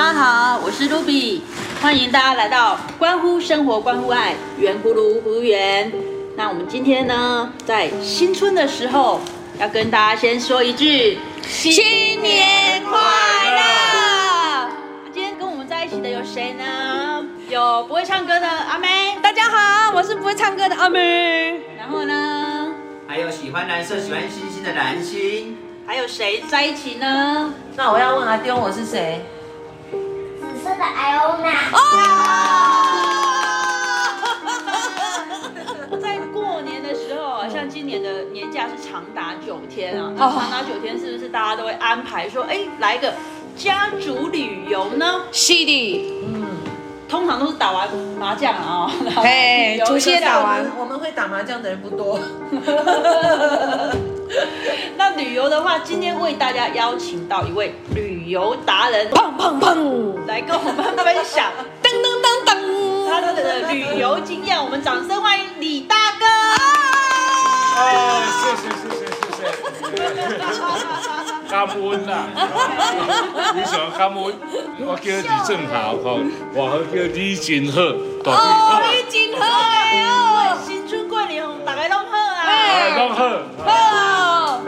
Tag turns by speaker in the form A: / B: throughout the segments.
A: 我是 Ruby，欢迎大家来到关乎生活、关乎爱圆葫芦葫芦园。那我们今天呢，在新春的时候，要跟大家先说一句新年快乐。今天跟我们在一起的有谁呢？有不会唱歌的阿妹，
B: 大家好，我是不会唱歌的阿妹。
A: 然后呢，
C: 还有喜欢蓝色、喜欢星星的蓝星，
A: 还有谁在一起呢？
D: 那我要问阿丢我是谁？啊
E: 紫色的艾欧娜，
A: 在过年的时候
B: 嗯
A: 啊，像今年的年假是长达九天啊，那
B: 哦
A: 长达九天是不是大家都会安排说，哎，来个家族旅游呢？
B: 西迪，
A: 通常都是打完麻将啊，然后
B: 嘿
A: 旅游
B: 除夕
A: 一个
B: 打完
D: 我们会打麻将的人不
F: 哦
D: 多，
A: 那旅游的话，今天为大家邀请到一位旅游达人
B: 砰砰砰，
A: 来跟我们分享
B: 噔噔噔噔。
A: 他的旅游经验，我们掌声欢迎李大哥。
F: 哎，谢谢谢谢谢谢，感恩啦，非常感恩。我叫李正豪吼，我叫李金鹤，大
B: 哦，
F: 家
B: 你真好哎哦，
A: 新春过年，大家都好啊！
F: 好，拢好。
B: 好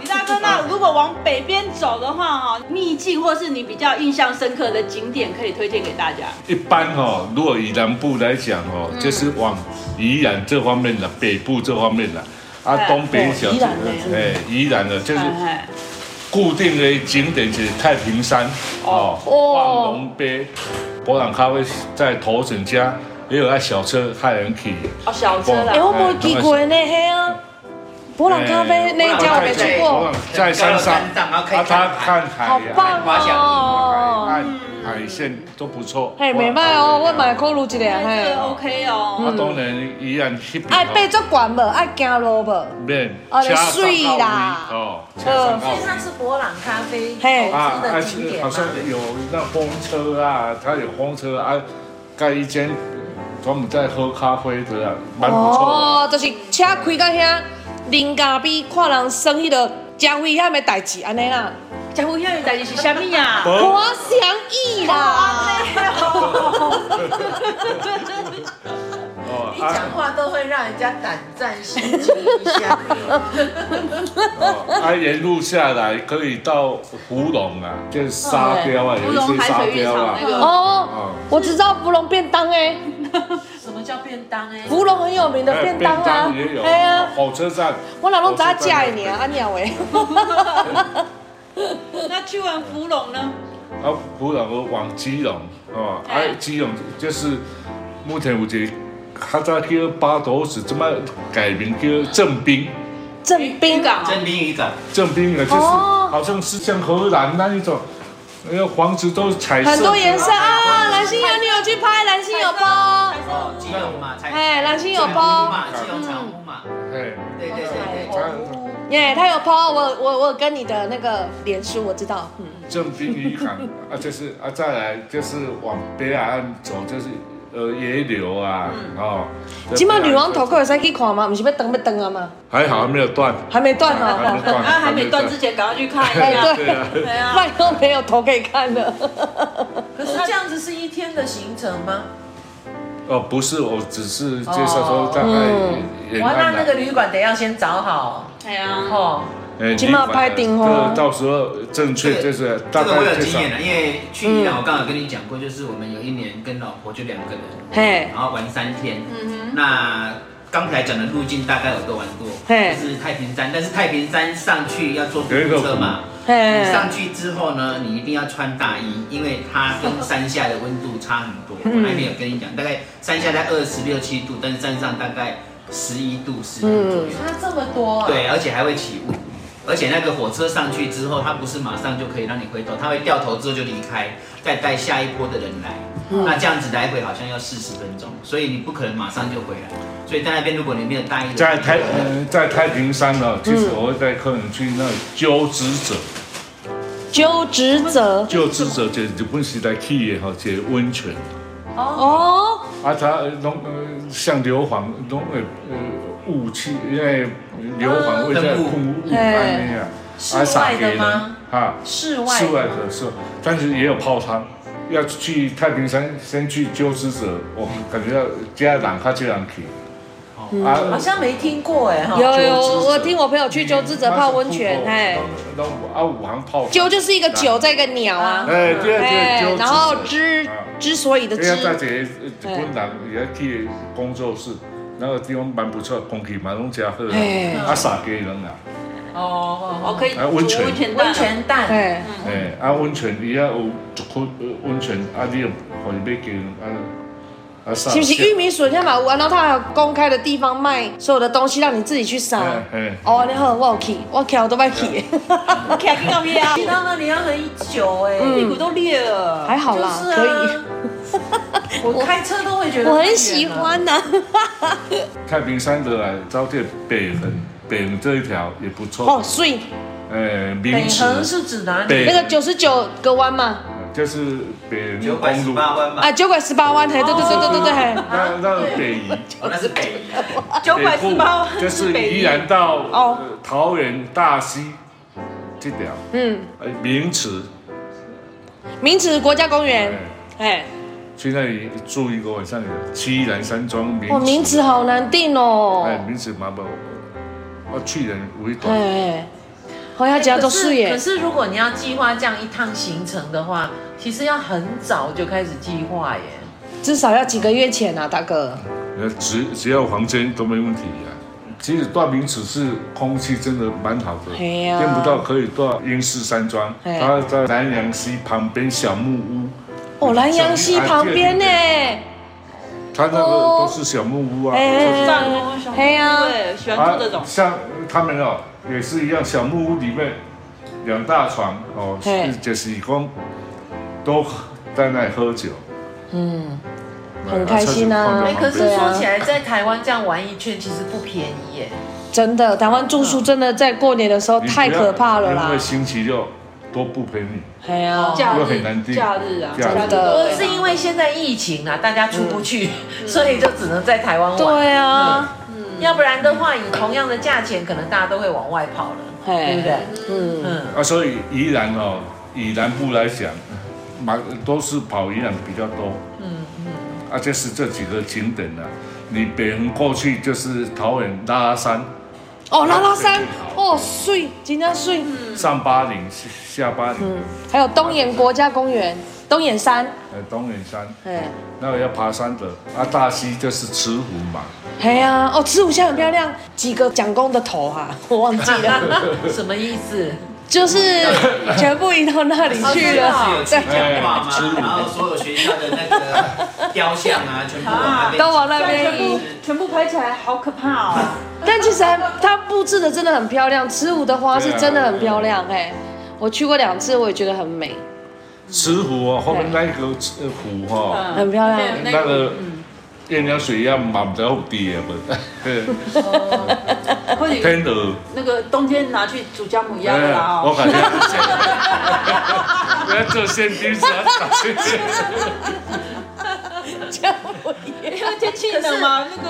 A: 李大哥，那如果往北边走的话，哈，秘境或是你比较印象深刻的景点，可以推荐给大家。
F: 一般哦，如果以南部来讲哦，就是往宜兰这方面的，北部这方面的。啊，东北小
D: 宜兰的
F: 哎，宜兰的，就是
A: 哎
F: 固定的景点就是太平山哦，
B: 哦
F: 望龙碑，博朗咖啡在头城家也有那小车害人去。
A: 哦，小车啦
B: 哎，，我没去过呢，嘿啊，博朗咖啡那一家我没去过，
F: 哎在山上，啊，他看海
B: 好棒哦。
F: 海海鲜都不错。
B: 嘿，袂歹哦，我买考虑一下
A: 哎这
B: 嘿
A: 个。OK 哦。
F: 啊，当然依然去
B: 爱爬足悬无？爱行路无？
F: 面，哦，
B: 嗯
D: 以上是博朗咖啡
B: 嘿
F: 啊，
D: 投资
F: 还
D: 的景
F: 是
D: 点
F: 好
D: 吗？
F: 像有那风车啊，它有风车啊，盖一间专门在喝咖啡的啊，蛮不错
B: 哦，就是车开到遐，啉咖啡，看人生迄个真危险的代志，安尼啦。
A: 江湖现在代志是啊虾米呀？
F: 的。
B: 我想意啦，
F: 哦
D: 一讲话都会让人家胆战心惊一下。
F: 啊，沿路下来可以到芙蓉啊，就是沙雕啊，有
A: 芙
F: 一
A: 蓉
F: 些
A: 海
F: 沙
A: 水浴
F: 雕
A: 场
F: 啊
A: 那。个，
B: 哦，我只知道芙蓉便当哎，
D: 什么叫便当？哎，
B: 芙蓉很有名的
F: 还有
B: 便当啊
F: 也有，，
B: 哎呀，
F: 火车站，
B: 我哪拢知道食的呢？阿鸟喂，
A: 那去完芙蓉呢？
F: 啊，芙蓉我往基隆，哦，
A: 哎
F: 还有基隆就是目前有一个较早叫巴头子，即摆改名叫正滨，嗯
B: 正冰啊
A: 渔港哦
C: 真冰渔港，
F: 正滨的就是
B: 哦
F: 好像是像荷兰那一种，那个房子都是彩色，
B: 很多颜色啊，蓝心有你有去拍，蓝心有包，
C: 哦，基隆嘛，才
B: 哎，蓝心有
C: 长屋
B: 包，嗯哦
C: 嘛，基隆长屋嘛，
F: 哎，
C: 对对对对，
F: 它
B: 耶，他有包，我我我有跟你的那个脸书我知道，嗯，
F: 正滨渔港啊，就是啊，再来就是往北海岸走，就是呃野柳啊，哦，
B: 今麦嗯女王头壳有使去看吗？不是要等要等啊吗？
F: 还好还没有断，
B: 还没断哦
F: 还没断，
A: 啊，还没断之前，赶快去看一
B: 哎
A: 下。
F: 对啊。
A: 对啊，
B: 麦都没有头可以看了。
D: 可是这样子是一天的行程吗？
F: 哦，不是，我只是介绍说大
B: 哦
F: 概沿
D: 哇，那
F: 岸
D: 那
F: 的
D: 个，旅馆得要先找好
A: 对啊。
D: 哦。
F: 哎
B: 今嘛拍定哦
F: 这到时候正确就是
C: 这
F: 大
C: 个我
F: 概
C: 有
F: 介
C: 经
F: 绍。
C: 验了，因为去伊
B: 嗯
C: 朗我刚好跟你讲过，就是我们有一年跟老婆就两个人，
B: 嘿，
C: 然后玩三天。
B: 嗯
C: 那刚才讲的路径大概我都玩过，
B: 嘿
C: 就是太平山，但是太平山上去要坐
F: 有一个
C: 公车嘛。
B: 嘿
C: 你，上去之后呢，你一定要穿大衣，因为它跟山下的温度差很多。我那天有跟你讲，大概山下在二十六七度，但是山上大概十一度、十度左右。
D: 差这么多啊？
C: 对，而且还会起雾，而且那个火车上去之后，它不是马上就可以让你回头，它会掉头之后就离开，再带下一波的人来。那这样子来回好像要四十分钟，所以你不可能马上就回来。所以在那边，如果你没有大衣的话，
F: 在太呃在太平山呢，其
B: 嗯
F: 实我会带客人去那鸠职者，
B: 求职者
F: 鸠职者就是日本时代去的吼，一个温泉，
B: 哦，
F: 啊，它拢呃像硫磺拢会呃雾气，因为硫磺
B: 啊
F: 会在
C: 喷雾
F: 空雾安
B: 哎
F: 尼啊，啊
D: 室外的吗？
F: 啊，
D: 室
F: 室
D: 外
F: 外的是，但是也有泡汤，要去太平山先去救失者，我感觉到家人他就想去。
D: 好
F: 啊，
D: 像没听过哎哈。
B: 有
F: 救
B: 嗯有，
F: 之者
B: 我听我朋友去救智者泡温泉，哎，
F: 那我啊武行泡
B: 鸠就是一个酒，再一个鸟啊，
F: 哎，对对，
B: 哎
F: 救，
B: 然后
F: 之者
B: 之
F: 啊
B: 之所以的
F: 因为在
B: 之，
F: 这里呃本人也去工作室，那个地方蛮不错，空气蛮拢真好
B: 哎
F: 啊，啊三家人啊，
A: 我
D: 哦，
A: 可以
F: 哎
A: 煮
F: 温泉
A: 温泉蛋
D: 温
A: 啊，
D: 泉蛋，
B: 哎，
F: 哎，啊温泉伊遐有一窟温泉，啊你又可以买给啊
B: 是
F: 啊三
B: 不是玉米笋先买完，然后他还有公开的地方卖所有的东西，让你自己去扫
F: 哎。哎
B: 哦，你好，我有去，我去我都卖去，
A: 我看看到没啊？
F: 嗯
D: 去到那里要很久哎，
E: 嗯
A: 屁股都裂了。
B: 还
F: 哎
B: 好
D: 就
B: 啦，
D: 是
B: 可以
D: 啊，。 我开车都会觉得
B: 我很
D: 远啊
B: 喜
D: 了。
B: 欢呐。
F: 太平山的来招店北横，北横这一条也不
B: 哦，
F: 错，
B: 所以
F: 哎，
D: 北
F: 名
D: 横
F: 池
D: 是指哪里？
F: 北
B: 那个九十九个弯嘛，
F: 就是北
C: 九
F: 横
C: 百十
F: 公路，
C: 八万吧，
B: 啊，九拐十八弯，哎，对对对对对对，哎
F: 那那北宜。
C: 哦，那是北宜，
A: 九百
F: 北
A: 四
F: 部
A: 八
F: 就是宜兰到
B: 哦
F: 呃桃园大溪这条，
B: 嗯，
F: 呃，名池，
B: 明池国家公园
F: 哎，
B: 哎，
F: 去那里住一个晚上，七兰山庄名池，
B: 哦，名字好难定哦，
F: 哎，名池麻烦我，我去人为短，
B: 哎，好要加
D: 哎可
B: 都是
D: 是可
B: 耶，
D: 是如果你要计划这样一趟行程的话，其实要很早就开始计划耶。
B: 至少要几个月前啊，大哥，
F: 呃只只要房间都没问题呀、其实到名池是空气真的蛮好的，
B: 嘿呀
F: 见不到可以到英式山庄，
B: 嘿
F: 它在南洋溪旁边小木屋，哎
B: 哦，南洋溪旁边呢，
F: 它那个
B: 哦
F: 都是小木屋啊，
B: 哎
F: 都是
A: 办公室，
B: 嘿啊
A: 对，喜欢
F: 啊
A: 住这种，
F: 像他们哦，也是一样，小木屋里面两大床哦，
B: 嘿
F: 是就是讲都在那里喝酒，嗯，
B: 很开心啊
D: 哎，
B: 嗯
D: 可是
B: 对啊
D: 说起来，在台湾这样玩一圈其实不便宜耶。
B: 真的，台湾住
D: 嗯
B: 宿真的在过年的时候太可怕了
F: 因
B: 啦
F: 为，星期六都不陪你，
B: 哎呀，
D: 哦
A: 假
F: 又很难
A: 日
F: 定
A: 假日啊，
F: 假
A: 假日
F: 日
B: 真的
A: 都
D: 呃，
A: 会
D: 是因为现在疫情啊，大家出不去， 所以就只能在台湾
B: 嗯
D: 玩。
B: 对啊，
D: 要不然的话，以同样的价钱，可能大家都会往外跑了，
B: 哎
D: 对不对？
B: 嗯，
D: 嗯，
F: 啊，所以宜兰哦，以南部来讲，蛮都是跑宜兰比较多，嗯嗯，啊，就是这几个景点啊，你北横过去就是桃园拉拉山。
B: 哦，拉拉山，哦，睡，今天睡，
F: 上巴陵、下下巴陵，
B: 还有东眼国家公园，东眼山，
F: 呃，东远山，
B: 哎。
F: 那个要爬山的啊，大溪就是慈湖嘛，
B: 哎呀，哦，赤武像很漂亮，几个蒋公的头哈、 我忘记 了，
D: 什么意思？
B: 就是全部移到那里去
D: 哦
B: 了，
C: 是有去
F: 对
C: 讲话嘛
F: 哎吃卤，
C: 然后所有学校的那个雕像啊，全部往那边
B: 都往那
A: 全
B: 边
A: 部
B: 移。
A: 全部拍起来好可怕 哦！
B: 但其实还它布置的真的很漂亮，赤武的花是真的很漂亮哎、我去过两次，我也觉得很美，
F: 慈湖哦，后面那个呃湖哈、
B: 很漂亮。
A: 那
F: 那个鸳鸯水要满在后底的，不
A: 或者
F: 天鹅，
A: 那个冬天拿去煮姜母鸭的啦
F: 我
A: 哦，
F: 感觉不见了，我要做现金蛇，
A: 因为天气冷嘛，那个。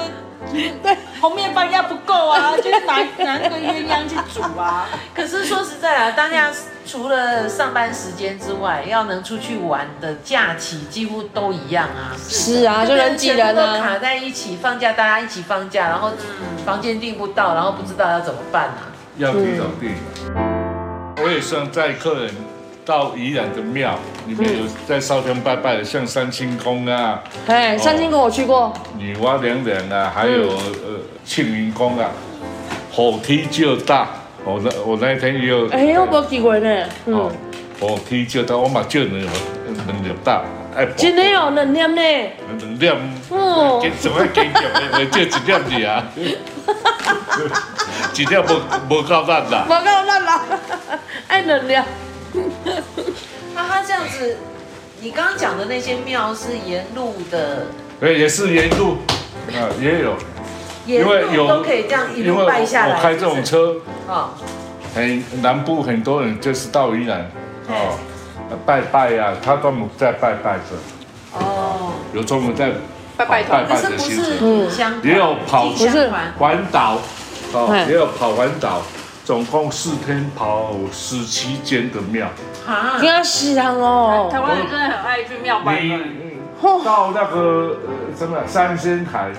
A: 对，红面包鸭不够 啊，就是拿拿那个鸳鸯去煮啊。
D: 可是说实在啊，大家除了上班时间之外，要能出去玩的假期几乎都一样啊。
B: 是啊，就人挤
D: 全
B: 人
D: 部都
B: 啊。
D: 卡在一起，放假大家一起放假，然后房间订不到，然后不知道要怎么办啊。
F: 要提早订。我也算带客人到宜兰的庙里面有在烧香拜拜的，像三清宫啊。
B: 哎，三清宫我去过，
F: 女娲娘娘啊，还
D: 嗯
F: 有、呃庆云宫啊，火梯就大。我那我那一天也有，
B: 哎、我没去过呢。嗯，，
F: 哦火梯就大，我嘛就能能量大，哎，
B: 真的哦，能量呢。
F: 能量，
B: 哦
F: 给怎么给点？ 我就一点你啊， 一点无无够啊咱啦
B: 我。告诉啦，爱能量。
D: 那他这样子，你刚刚讲的那些庙是沿路的，
F: 哎，也是沿路啊，也有，
D: 沿路都可以这样一
F: 因为
D: 路拜下
F: 我
D: 来。
F: 我开这种
D: 是
F: 车，
D: 不是啊，
F: 很南部很多人就是到宜兰哦，拜拜啊，他专门在拜拜的，
D: 哦，
F: 有专门在
A: 拜拜
F: 拜
A: 团
D: 可
F: 拜
D: 是
F: 的
D: 不
F: 行
D: 是
F: 程，
D: 进香团
F: 也有跑
D: 进香团
F: 环岛
B: 哎
F: 哦，也有跑环岛，总共四天跑十七间的庙，
D: 啊
B: 你，要死人
A: 台
B: 哦！
A: 湾人真的很爱去庙拜
F: 你
A: 的。
F: 嗯到那个呃什么三仙台，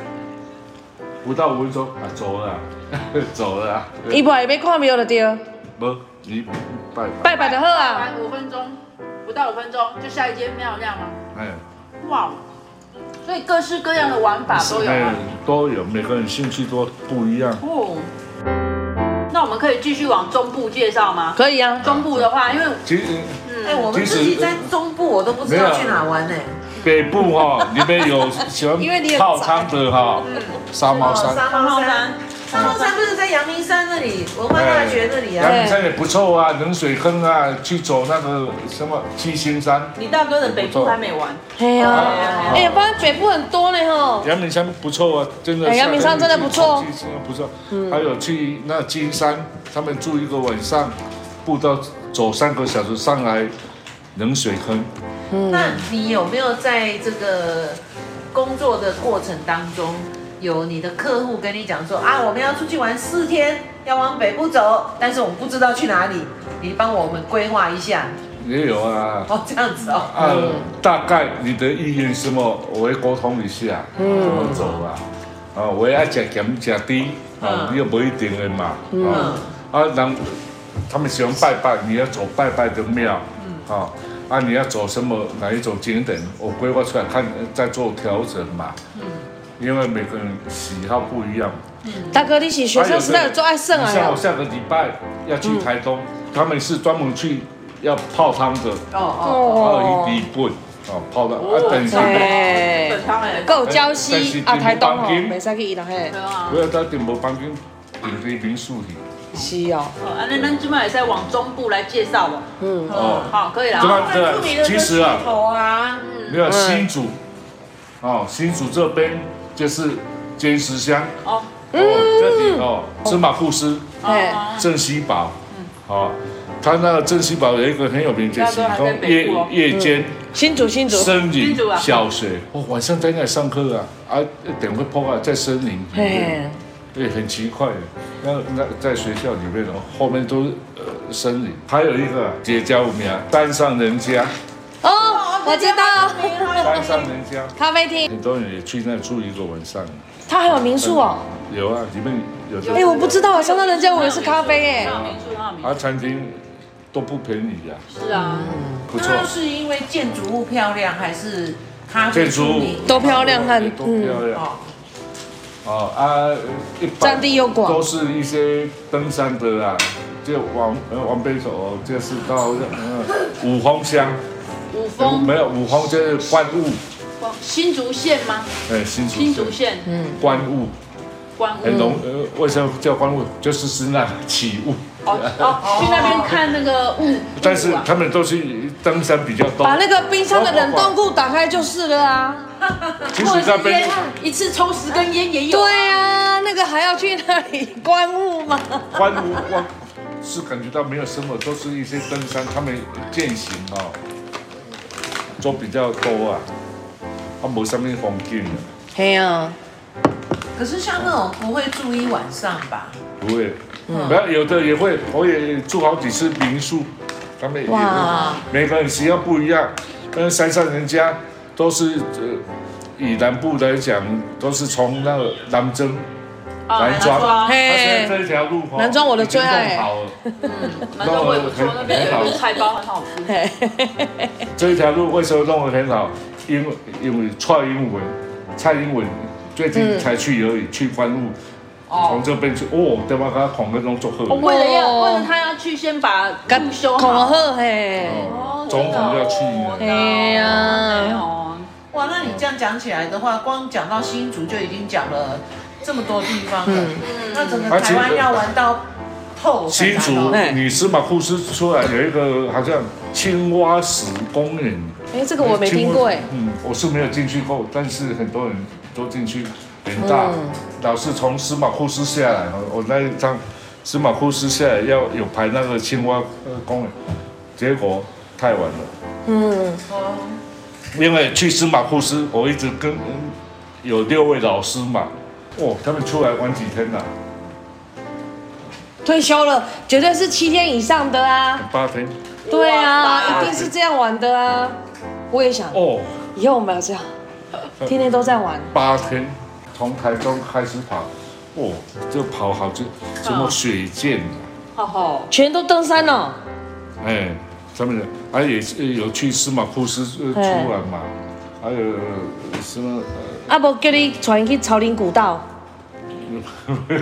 F: 不到五分钟啊，走了啊， 走了啊，
B: 伊无也要看庙就对了，
F: 不，你拜拜，
B: 拜拜就好啊。
A: 拜完五分钟，不到五分钟就下一间庙，这样吗？
F: 哎。
A: 啊哇，所以各式各样的玩法都有
F: 哎
A: 啊。，
F: 都有，每个人兴趣都不一样。
A: 哦，那我们可以继续往中部介绍吗？
B: 可以啊，
A: 中部的话，因为
F: 其实
D: 哎，我们
F: 其实
D: 自己在中部我都不知道
F: 没有啊
D: 去哪玩呢。
F: 北部哈、里面有喜欢
B: 因为你嗯很
F: 泡汤的哈、沙猫
D: 哦
F: 山，
D: 沙
A: 长
D: 猫
A: 号
D: 山
A: 山，，
D: 沙猫山不是在阳明山那里文化大学那里啊？
F: 哎阳明山也不错啊，冷水坑啊，去走那个什么七星山，
A: 你大哥的北部还没完，
B: 嘿啊。
A: 哎
B: 哎呀，反正北部很多呢吼。
F: 阳明山不错啊，真的。
B: 哎阳明山真的不错嗯
F: 真的不错。还有去那金山，他们住一个晚上，步道走三个小时上来冷水坑，
D: 那你有没有在这个工作的过程当中，有你的客户跟你讲说啊，我们要出去玩四天，要往北部走，但是我们不知道去哪里，你帮我们规划一下。
F: 也有啊。
D: 哦，这样子哦。
F: 啊，大概你的意愿是什么？我会沟通一下，怎
B: 嗯
F: 么走啊？啊，我爱食咸食甜，啊，
D: 嗯
F: 你又不一定的嘛，啊
D: 嗯，
F: 啊，人他们喜欢拜拜，你要走拜拜的庙，
B: 嗯
F: 啊，啊，你要走什么哪一种景点？我规划出来看，呃再做调整嘛。
B: 嗯
F: 因为每个人喜好不一样，
B: 大哥，你是学生时代有做爱圣
F: 你像
B: 啊嗯
F: 我？下个礼拜要去台东，他们是专门去要泡汤的，
D: 哦哦，
F: 二
B: 哦
F: 一，一棍哦，泡到啊，等一下。
B: 哎
A: 本，汤哎，
B: 够礁溪啊，台东吼，袂使去伊人嘿
A: 对。啊
F: 不。要到顶无房间，顶对民宿里。
B: 是哦，
A: 哦，啊那咱今麦也在往中部来介绍哦。
B: 嗯，
F: 哦，
A: 好，可以
F: 这
A: 啦。
F: 个这
D: 那著名的
F: 个
D: 就是
F: 其实啊
D: 溪，头啊，
F: 没有
B: 嗯
F: 新竹，哦，新竹这边就是尖石乡，
A: 哦，
F: 哦，这里哦，司马库斯、
B: 嘿，
A: 哦
F: 镇西堡，
A: 嗯
F: 哦，他那个镇西堡有一个很有名的景
A: 大哥还在
F: 空
A: 北
F: 夜
A: 部哦
F: 夜间
B: 新竹新竹，
F: 森林
A: 新竹啊
F: 小学，哦，晚上在那里上课啊，啊，等会碰啊，在森林里面。
B: 嘿，
F: 对，很奇怪。那那在学校里面哦，后面都是呃森林，还有一个结交名，单上人家，
B: 哦，我知道，
F: 单上人家，
B: 咖啡厅，
F: 很多人也去那住一个晚上。
B: 它还有民宿哦。
F: 有啊，里面有的。
B: 哎，我不知道，我上到人家我以为是咖啡哎。
A: 那民宿，那民
F: 啊，餐厅都不便宜呀、
A: 宿是啊。
F: 不错。
D: 那是因为建筑物漂亮还是咖啡
F: 建筑
D: 出
F: 物
D: 名
B: 都漂亮嗯和
F: 都漂亮。
D: 哦，
F: 哦啊，一般
B: 占地又广
F: 都是一些登山的啦，就往呃往北走，就是到呃五峰乡，
A: 五峰
F: 没有五峰就是关雾，
A: 新竹县吗？
F: 哎，新竹
A: 新
F: 县
A: 竹县嗯
F: 关雾。
A: 关
F: 哎，
A: 雾。
F: 龙呃，为什么叫观雾？就是是那起雾，
A: 哦哦，去那边看那个雾。
F: 但是
A: 啊
F: 他们都是登山比较多
B: 把。那个冰箱的冷冻库打开就是了啊。
F: 其实那边
A: 一次抽十根烟也有。
B: 对啊，那个还要去那里观雾吗？
F: 观雾观是感觉到没有生活，都是一些登山，他们践行哦，做比较多啊，啊没什么风景啊，
B: 嘿啊，
D: 可是像那种不会住一晚上吧？
F: 不会。
B: 嗯
F: 没有有的也会，我也住好几次民宿，他们也会
B: 哇
F: 每个人喜好不一样，但是山上人家都是呃，以南部来讲，都是从那个南征南庄，
A: 南
F: 他现在
B: 嘿，
F: 这一条路哦，
B: 南庄哎我的最爱
F: 已经弄好了，
A: 南庄我也不错，那边有一个菜包很好吃。
B: 嘿
F: 这一条路为什么弄得很好？因为因为蔡英文，蔡英文最
B: 嗯
F: 近才去而已，去关路，从这边去，哦，对吧？他孔跟中做
B: 哦
F: 后，
A: 为了要为了他要去先把路修
B: 恐
A: 好。
B: 吓嘿，
F: 哦，总统要去
B: 嘿
F: 呢，
A: 没
B: 呀，
A: 有，
D: 哇，那你这样讲起来的话，光讲到新竹就已经讲了这么多地方了，嗯那整个台湾要玩到透才
F: 新
D: 难
F: 竹
D: 哦。
B: 哎
F: 你司马库斯出来有一个好像青蛙石公园，
B: 哎，这个我没听过哎。
F: 嗯，我是没有进去过，但是很多人都进去，很大。
B: 嗯
F: 老是从司马库斯下来，我我那一张司马库斯下来要有排那个青蛙呃公园，结果太晚了，
B: 嗯，
D: 哦
F: 因为去司马库斯，我一直跟嗯有六位老师嘛，哦，他们出来玩几天了、
B: 退休了，绝对是七天以上的啊。
F: 八天
B: 对啊，一定是这样玩的啊。我也想，
F: 哦，
B: 以后我们要 这样，天天都在玩。
F: 八天，从台中开始跑，哦，就跑好几什么水涧
A: 吼
F: 啊，
A: 吼，
B: 全都登山哦，
F: 哎，他们还有有去司马库斯呃出
B: 哎
F: 来嘛，还有什么
B: 啊不叫你传去朝林古道，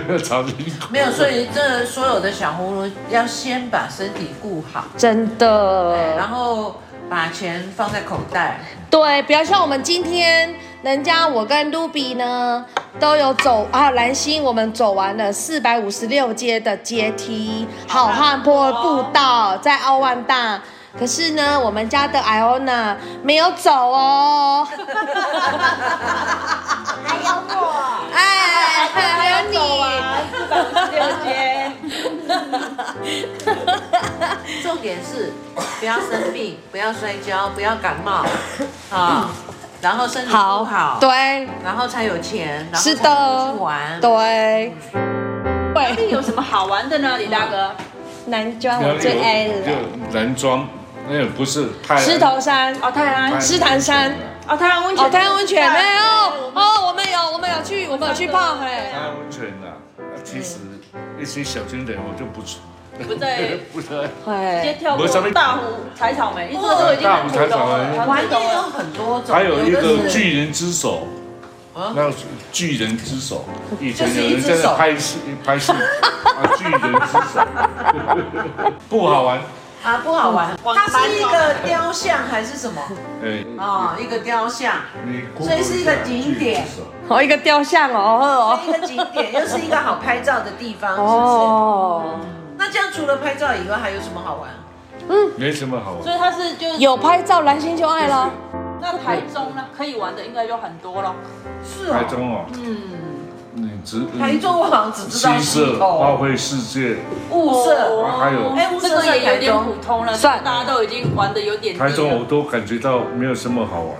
F: 呃草林
D: 没有，所以这所有的小葫芦要先把身体顾好，
B: 真
D: 对
B: 的。
D: 然后把钱放在口袋。
B: 对，不要像我们今天，人家我跟 Ruby 呢都有走啊，蓝心我们走完了四百五十六阶的阶梯，好汉坡步道在奥万大。可是呢，我们家的 Iona 没有走哦，
E: 还有我，
B: 哎，还有
A: 走
B: 你，
A: 啊，四百五十六间，
D: 重点是不要生病，不要摔跤，不要感冒啊，然后身体
B: 好
D: 顾好，，
B: 对，
D: 然后才有钱，然后
B: 是
D: 才能
B: 的
D: 出去玩，，
B: 对，
A: 那边有什么好玩的呢，李大哥？
B: 南庄我最爱了，
F: 就南庄，那也不是太
B: 石头山
A: 哦，太安，
B: 石潭山
A: 哦，太安温泉，
B: 哦，太阳温泉没有哦，我们有，我们有去，我们有去泡嘿。
F: 太温泉啊，其实一些小军人我就不出，
A: 不对
F: 不
A: 直
F: 对。
A: 接
B: 哎，
A: 跳过
F: 没什么
A: 大湖采草莓，一这个都已经很古董了，
D: 玩
A: 很古
D: 具
A: 董
D: 有
A: 了。
D: 很多种，
F: 还有一
D: 的
F: 个
D: 是
F: 巨人之手，
D: 啊
F: 那巨人之手，以前
D: 就是
F: 有
D: 一
F: 人
D: 只
F: 在那
D: 手
F: 拍戏拍戏，啊，巨人之手，不好玩，
D: 啊不好玩，它是一个雕像还是什么
F: 哎，
D: 啊？一个雕像，
F: 你 Google
D: 所以是一个
F: 下
D: 景点
F: 巨人之手
B: 哦，一个雕像哦，呵
D: 一个景点又是一个好拍照的地方，
B: 哦，
D: 是
B: 哦，
D: 不是？那这样除了拍照以外，还有什么好玩？
F: 没什么好玩
A: 所。以它是就是
B: 有拍照，蓝心就爱了。
A: 那台中呢，可以玩的应该就很多了。
D: 是
F: 台
D: 哦，
F: 中哦，
A: 嗯，
F: 你只
D: 台中我好像只知道哦
F: 西
D: 溪
F: 社哦花
D: 头、
F: 卉世界，
D: 雾社，
F: 啊还有
D: 哎雾
A: 这
D: 社
A: 个
D: 算
A: 也有
D: 台
A: 点普
D: 中，
A: 通了，
B: 算
A: 大家都已经玩的有点腻了
F: 台中我都感觉到没有什么好玩。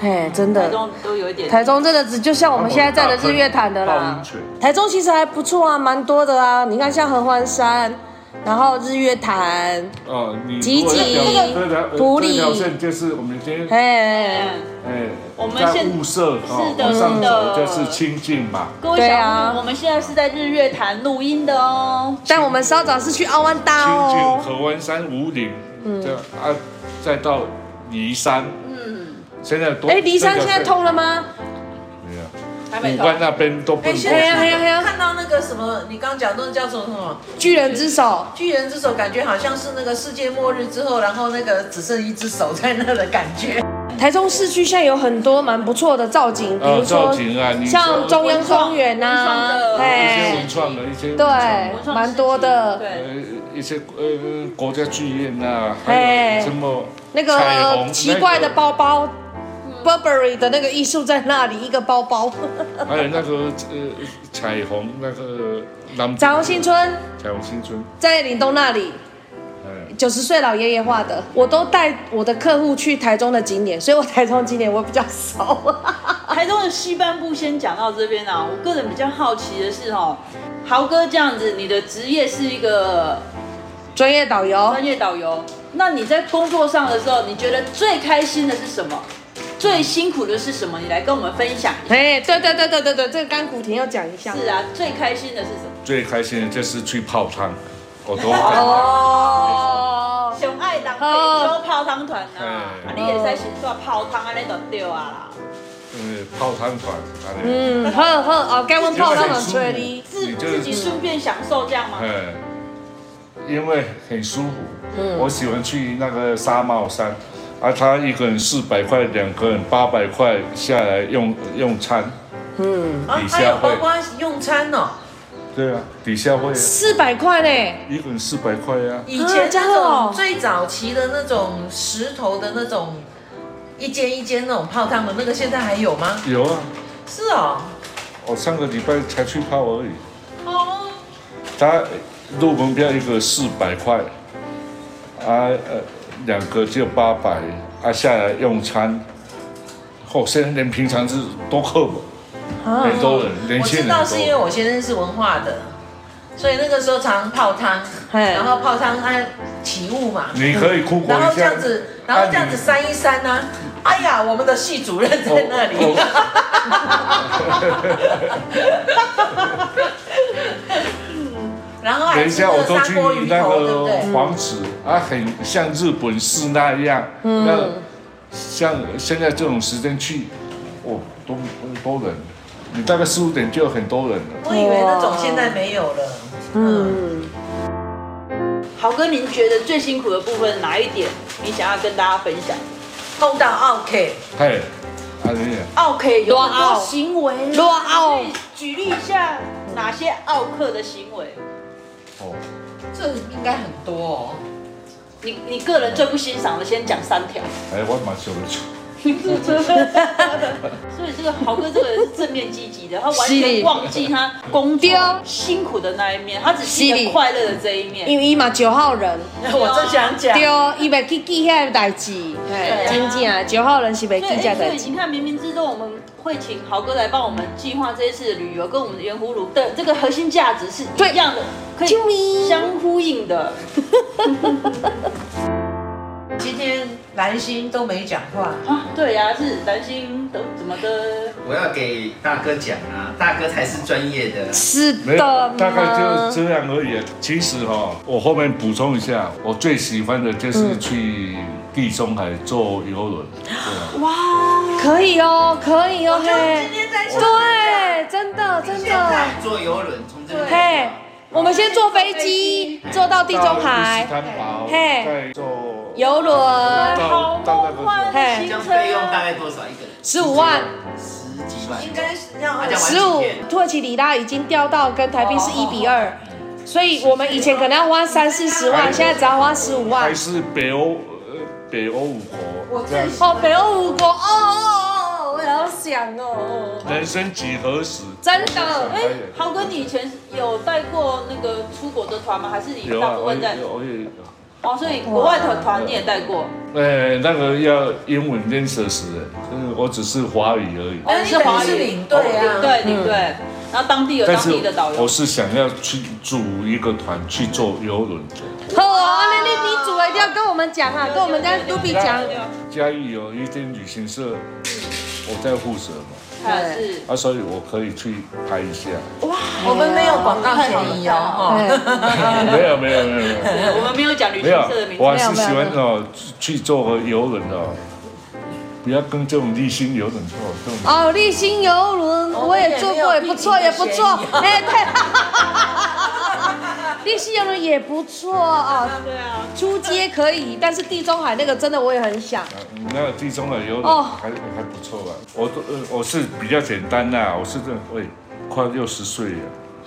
B: 嘿，真
A: 台
B: 的，
A: 中都有一点腻。
B: 台中真的只就像我们现在在的日月潭的
F: 泡
B: 啦
F: 温泉。
B: 台中其实还不错啊，蛮多的啊。你看像合欢山，然后日月潭，
F: 哦，你
B: 集集普
F: 普
B: 里
F: 里条线就是呃我们今天
B: 嘿，
A: 嗯
F: 哎，
A: 我们
F: 在
A: 现
F: 物色哦
A: 是，的
F: 往上
A: 是
F: 走
A: 的
F: 就是清境嘛。
A: 各位
B: 对
A: 小
B: 啊
A: 朋友，我们现在是在日月潭录音的哦。
B: 但我们稍早是去奥万大
F: 清境
B: 哦。嗯
F: 河湾山五岭，这啊，再到骊山，
A: 嗯，
F: 现在多
B: 哎，骊山现在，通了吗？
F: 没有
A: 台北
F: 五
A: 头
F: 嗯关那边都不
D: 哎
F: 啊能过去
D: 现
B: 嘿呀嘿呀
F: 的。
B: 嘿呀，
D: 看到那个什么，你刚讲那个叫什么什么
B: 巨人之手。
D: 巨人之手，感觉好像是那个世界末日之后，然后那个只剩一只手在那的感觉。
B: 台中市区现在有很多蛮不错的造景，比
F: 呃，
B: 如
F: 造
B: 说
F: 景啊，你
B: 像中央公园
A: 文创
B: 呐
A: 的，
F: 一些
B: 哎
F: 文，创的一些
B: 对
F: 文创，
A: 文创
B: 蛮多的。
A: 对，
F: 呃，一些呃国家剧院呐，还
B: 哎
F: 有什么
B: 那
F: 彩
B: 个
F: 虹
B: 奇怪的
F: 那个
B: 包包，Burberry 的那个艺术在那里，一个包包。
F: 还有那个呃彩虹那个南
B: 彩虹新村
F: 彩虹新村，
B: 在岭东那里，
F: 哎，
B: 九十岁老爷爷画的。我都带我的客户去台中的景点，所以我台中景点我比较熟。
A: 啊台中的西半部先讲到这边啊，我个人比较好奇的是哦，豪哥这样子，你的职业是一个
B: 专业导游
A: 专业导游，那你在工作上的时候，你觉得最开心的是什么？最辛苦的是什么？你来跟我们分享一下。
B: 哎，对对对对对对，这个甘苦甜要讲一下。
A: 是啊，最开心的是什么？
F: 最开心的就是去泡汤，我都
B: 哦，
A: 熊爱人
B: 哦
A: 北洲泡汤团啊，啊
F: 哎
A: 你也在先做泡汤啊，那就对啊啦。
F: 呃泡汤团，啊安尼
B: 嗯，好好哦，该问泡汤很
F: 舒服
B: 吹哩。
A: 自
F: 你就
A: 自己
F: 是
A: 顺便享受这样吗？
F: 哎，因为很舒服，
B: 嗯
F: 我喜欢去那个沙帽山。啊，他一个人四百块，两个人八百块下来用用餐，
D: 啊，
F: 嗯底下
D: 还有
F: 会
D: 包括用餐哦，
F: 对啊，底下会啊
B: 四百块呢，
F: 一个人四百块啊，
D: 以前
B: 真
D: 那
B: 的哦
D: 种最早期的那种石头的那种，一间一间那种泡汤的那个，现在还有吗？
F: 有啊，
D: 是哦，
F: 我上个礼拜才去泡而已。
D: 哦，
F: 他入门票一个四百块，啊呃两个就八百，啊下来用餐，哦现在连平常是多客了，很多人，年
D: 啊哦我
F: 轻
D: 知
F: 人
D: 道是因为
F: 多。
D: 我先生是文化的，所以那个时候常泡汤，
A: 嘿
D: 然后泡汤它起雾嘛，
F: 你可以哭过
D: 然
F: 一
D: 后这
F: 下
D: 样。子，然后这样子扇一扇呢、哎呀，我们的系主任在那里。
F: 哦
D: 然 后
F: 等
D: 还
F: 一
D: 吃
F: 下，我
D: 那
F: 都
D: 个
F: 去
D: 砂锅鱼
F: 那
D: 头，对
F: 个
D: 不对？
F: 房子啊，很像日本式那样。那像现在这种时间去，哦，都很多人，你大概四五点就有很多人了。
D: 我以为那种现在没有了。嗯，
A: 豪哥，您觉得最辛苦的部分哪一点？你想要跟大家分享
D: 碰到 OK，
F: 嘿，啊，你也
A: ？OK，有很
B: 多
A: 多
B: 奥
A: 行为，
B: 多奥
A: 所以举例一下哪些奥克的行为？
F: 哦，
D: 这应该很多哦。
A: 你你个人最不欣赏的，先讲三 条。
F: 哎，我蛮想得出。
A: 所以这个豪哥这个人是正面积极的，他完全忘记他工作
B: 对啊
A: 辛苦的那一面，他只记
B: 是
A: 得
B: 的
A: 快乐的这一面。
B: 因为伊嘛九号人，
D: 我正想讲，
B: 对，伊袂去记遐代志，
D: 啊对
A: 啊
B: 真正九号人是袂
A: 所
B: 记
A: 以，
B: 这
A: 哎所
B: 代
A: 以
B: 志
A: 你。看，冥冥之中我们会请豪哥来帮我们计划这一次的旅游，跟我们的圆葫芦的这个核心价值是一样的，可
B: 救
A: 以
B: 命
A: 相呼应的。
D: 今天蓝心都没讲话，
A: 啊，对呀、是蓝心都怎么的？
C: 我要给大哥讲啊，大哥才是专业的。
B: 是
F: 没有
B: 的，
F: 大概就
B: 呢。
F: 这样而已。其实哈、我后面补充一下，我最喜欢的就是去地中海坐游轮。对啊
B: 可以哦，可以哦，
D: 我就今
B: 嘿，
D: 天在想
B: 对，真的真
C: 现在
B: 的，
C: 坐游轮从这边
B: 嘿，我们先坐飞机，坐到地中海
F: 到伊斯，坦堡，
B: 嘿
F: 再坐
B: 游轮
F: 到到哎那个
A: 的行
C: 这样
A: 程
C: 费用大
A: 啊！
C: 概多少一个人？
B: 十五万，
C: 十几万。
D: 应该是要
C: 大家玩
B: 十五，土耳其里拉已经掉到跟台币是一比二，所以我们以前可能要花三四十
F: 哎
B: 万，现在只要花十五万
F: 还。是北欧呃北欧五国
D: 我
F: 这样
D: 最
F: 子。
B: 哦，北欧五国，哦哦哦，我也好想哦，
F: 人生几何时？
B: 真的，
A: 哎、豪哥，你以前有带过那个出国的团吗？还是你
F: 有
A: 大
F: 啊，
A: 部
F: 我
A: 分
F: 也
A: 在？
F: 我也有。
A: 哦，所以国外的团你也带过？
F: 呃，那个要英文练舌识的，嗯，我只是华语而已。
A: 哎
D: 但是哦你是领队啊，
A: 对领队，然后当地有当
F: 但是
A: 地的导
F: 我
A: 游。
F: 是想要去组一个团去坐游轮，
B: 好哦，那你你主一定要跟我们讲啊，跟我们家杜比讲，
F: 嘉义有一间旅行社，我在负责嘛，
A: 还是
F: 啊，所以我可以去拍一下。
D: 我们没有广告便宜哦，
B: 哎
F: 没有没有没有没有
A: 我们没有讲旅
F: 没
A: 行社的
F: 有，
A: 名
F: 我还
A: 字。
F: 是喜欢哦去坐个游轮哦，不要跟这种立新游轮坐这种。
B: 哦，立新游轮我也坐过，也不错，也不错，哎，对， 立新游轮也不错啊，
A: 对啊，
B: 出街可以，但是地中海那个真的我也很想，
F: 啊那个地中海游轮
B: 哦
F: 还还不错吧？我都呃我是比较简单啦，我是这喂快六十岁了，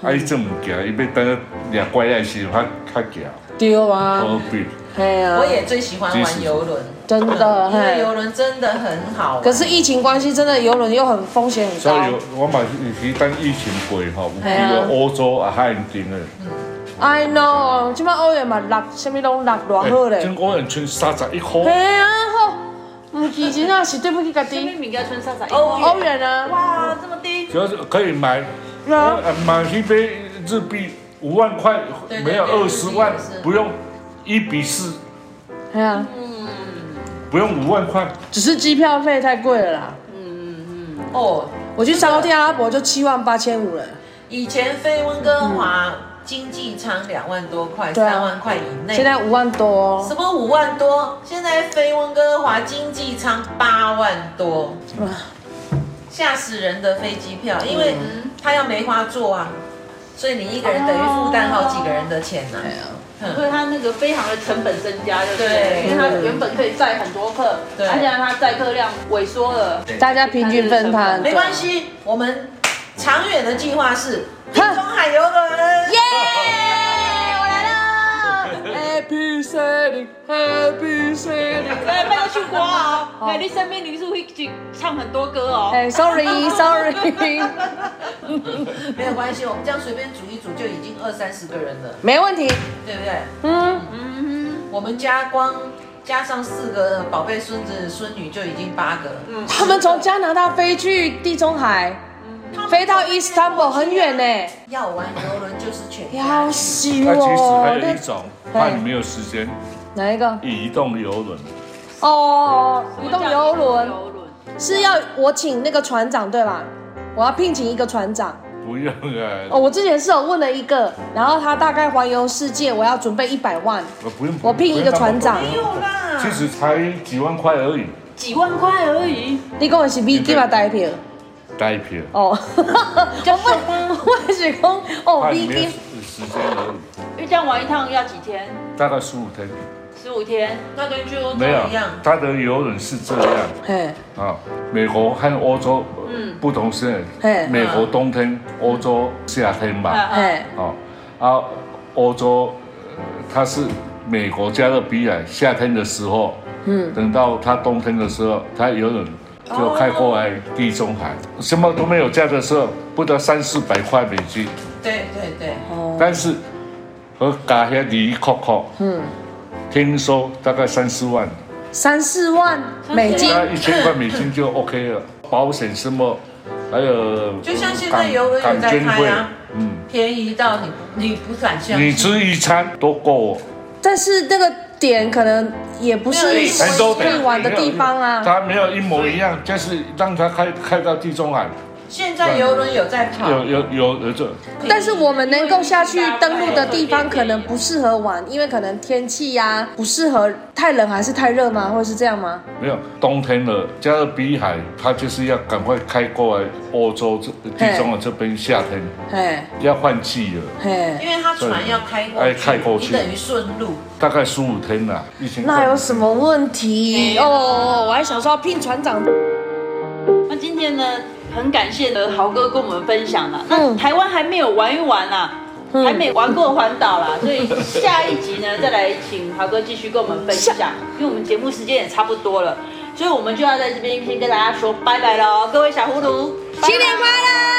F: 啊伊这唔行，伊要等俩怪爱时较较行，
B: 丢啊，
F: 何必？
B: 哎呀
D: 我也最喜欢玩游轮，
B: 真的
D: 因为
B: 嘿
D: 游轮真的很好玩。
B: 可是疫情关系，真的游轮又很风险很
F: 所以
B: 高
F: 有。我嘛是等疫情过吼，有
B: 哎呀
F: 去欧洲啊海定的，
B: I know，即摆欧元嘛六，啥物拢六偌好
F: 哎
B: 咧
F: 真。我人剩三十一
B: 嘿
F: 块，
B: 啊，好，毋是真啊正是对不起家
A: 前面
B: 己。
A: 名叫春莎莎。
D: 哦
B: 欧元啊，
D: 哇，这么低，
F: 就是可以买，我
B: 啊
F: 呃买一杯日币五万块，
D: 对对
F: 没有
D: 对
F: 二十万
D: 日币也是，
F: 不用一比四，
B: 嘿啊，
A: 嗯
F: 不用五万块。
B: 只是机票费太贵了啦。
A: 嗯
D: 哦，
B: 我去沙特阿拉伯就七万八千五了。
D: 以前飞温哥华经济舱两万多块，
B: 对啊
D: 三万块以内，
B: 现在五万多、哦
D: 什，么五万多，现在飞温哥华经济舱八万多，吓死人的飞机票，因为他要梅花座啊，所以你一个人等于负担好几个人的钱啊嗯呢、
A: 所以它那个飞航的成本增加，对不对？
D: 对
A: 因为它原本可以载很多客，
D: 对
A: 它现在它载客量萎缩了。
C: 对
B: 大家平均分摊。
D: 没关系，我们长远的计划是地中海游轮
B: 耶，。我来了。Happy sailing，Happy sailing。
A: 哎，不要去国啊！哎，你身边你是会去唱很多歌哦。
B: 哎，sorry，sorry，
D: 没有关系，我们这样随便煮一煮就已经二三十个人了，
B: 没问题。
D: 对不对？
B: 嗯，
A: 嗯
D: 我们家光加上四个宝
B: 嗯
D: 贝孙子孙女就已经八个了。
B: 他们从加拿大飞去地中海，
A: 哼，嗯他们
B: 飞到 Istanbul 很远呢，
D: 要玩游轮就是全家
B: 要。死
F: 那其实还
B: 我！
F: 有一种，
B: 对
F: 怕你没有时间，
B: 那哪一个？
F: 移动游轮。
B: 哦，移
A: 什么
B: 动
A: 叫
B: 游轮
A: 游轮，
B: 是要我请那个船长对吧？我要聘请一个船长。
F: 不用
B: 哦，
F: 啊，
B: 我之前是有问了一个，然后他大概环游世界，我要准备一百万。
F: 我不用。
B: 我聘一个船长
F: 不
D: 没
F: 用
D: 有啦，
F: 其实才几万块而已，
A: 几万块而已。
B: 你跟我是 V 给嘛代票？
F: 带一瓶。
B: 哦，我问，我是讲哦
F: 怕
B: V
F: 你没有
B: G
F: 时间而已，
A: 因为这样玩一趟要几天？
F: 大概十五天。
A: 十五天。
D: 那跟去欧洲
F: 没有
D: 一样，，
F: 它的游轮是这样
B: 嘿，
F: 啊，美国和欧洲呃不同是
B: 嘿，
F: 美国冬天，欧洲夏天嘛。
A: 嗯
B: 嘿，
F: 哦，啊，欧洲呃它是美国加勒比海夏天的时候，嗯，等到它冬天的时候，它游轮就开过来地中海，什么都没有价的时候，不到三四百块美金，
D: 对对对，
F: 但是和加些离扣扣，嗯，听说大概三四万，
B: 三四万美金
F: 大，概一千块美金就 OK 了，保险什么，还有
D: 就像现在游轮也
F: 港
D: 在
F: 监
D: 开
F: 会
D: 啊，
F: 嗯，
D: 便宜到你你不敢相
F: 你
D: 信。
F: 吃一餐都够我。
B: 但是那个点可能也不是
D: 没有一模
F: 台州
B: 可以玩的地方啊。
F: 它没有一模一样，就是让它开开到地中海，
D: 现在游轮有在跑，
F: 有有有有这，
B: 但是我们能够下去登陆的地方可能不适合玩，因为可能天气呀、不适合，太冷还是太热吗？或是这样吗？
F: 没有冬天了，加勒比海它就是要赶快开过来欧洲这地中海这边夏天
B: 嘿，
F: 要换季了，
B: 嘿，
D: 因为它船要开过
F: 哎
D: 去，
F: 开过去
D: 你等于顺路。
F: 大概十五天啦，一千块
B: 那有什么问题哦？我还想说要聘船长，
A: 那今天呢，很感谢的豪哥跟我们分享了。那
B: 嗯
A: 台湾还没有玩一玩啊，
B: 嗯
A: 还没玩过环岛啦，所以下一集呢，再来请豪哥继续跟我们分享，因为我们节目时间也差不多了，所以我们就要在这边先跟大家说拜拜喽，各位小葫芦，
B: 新年快乐！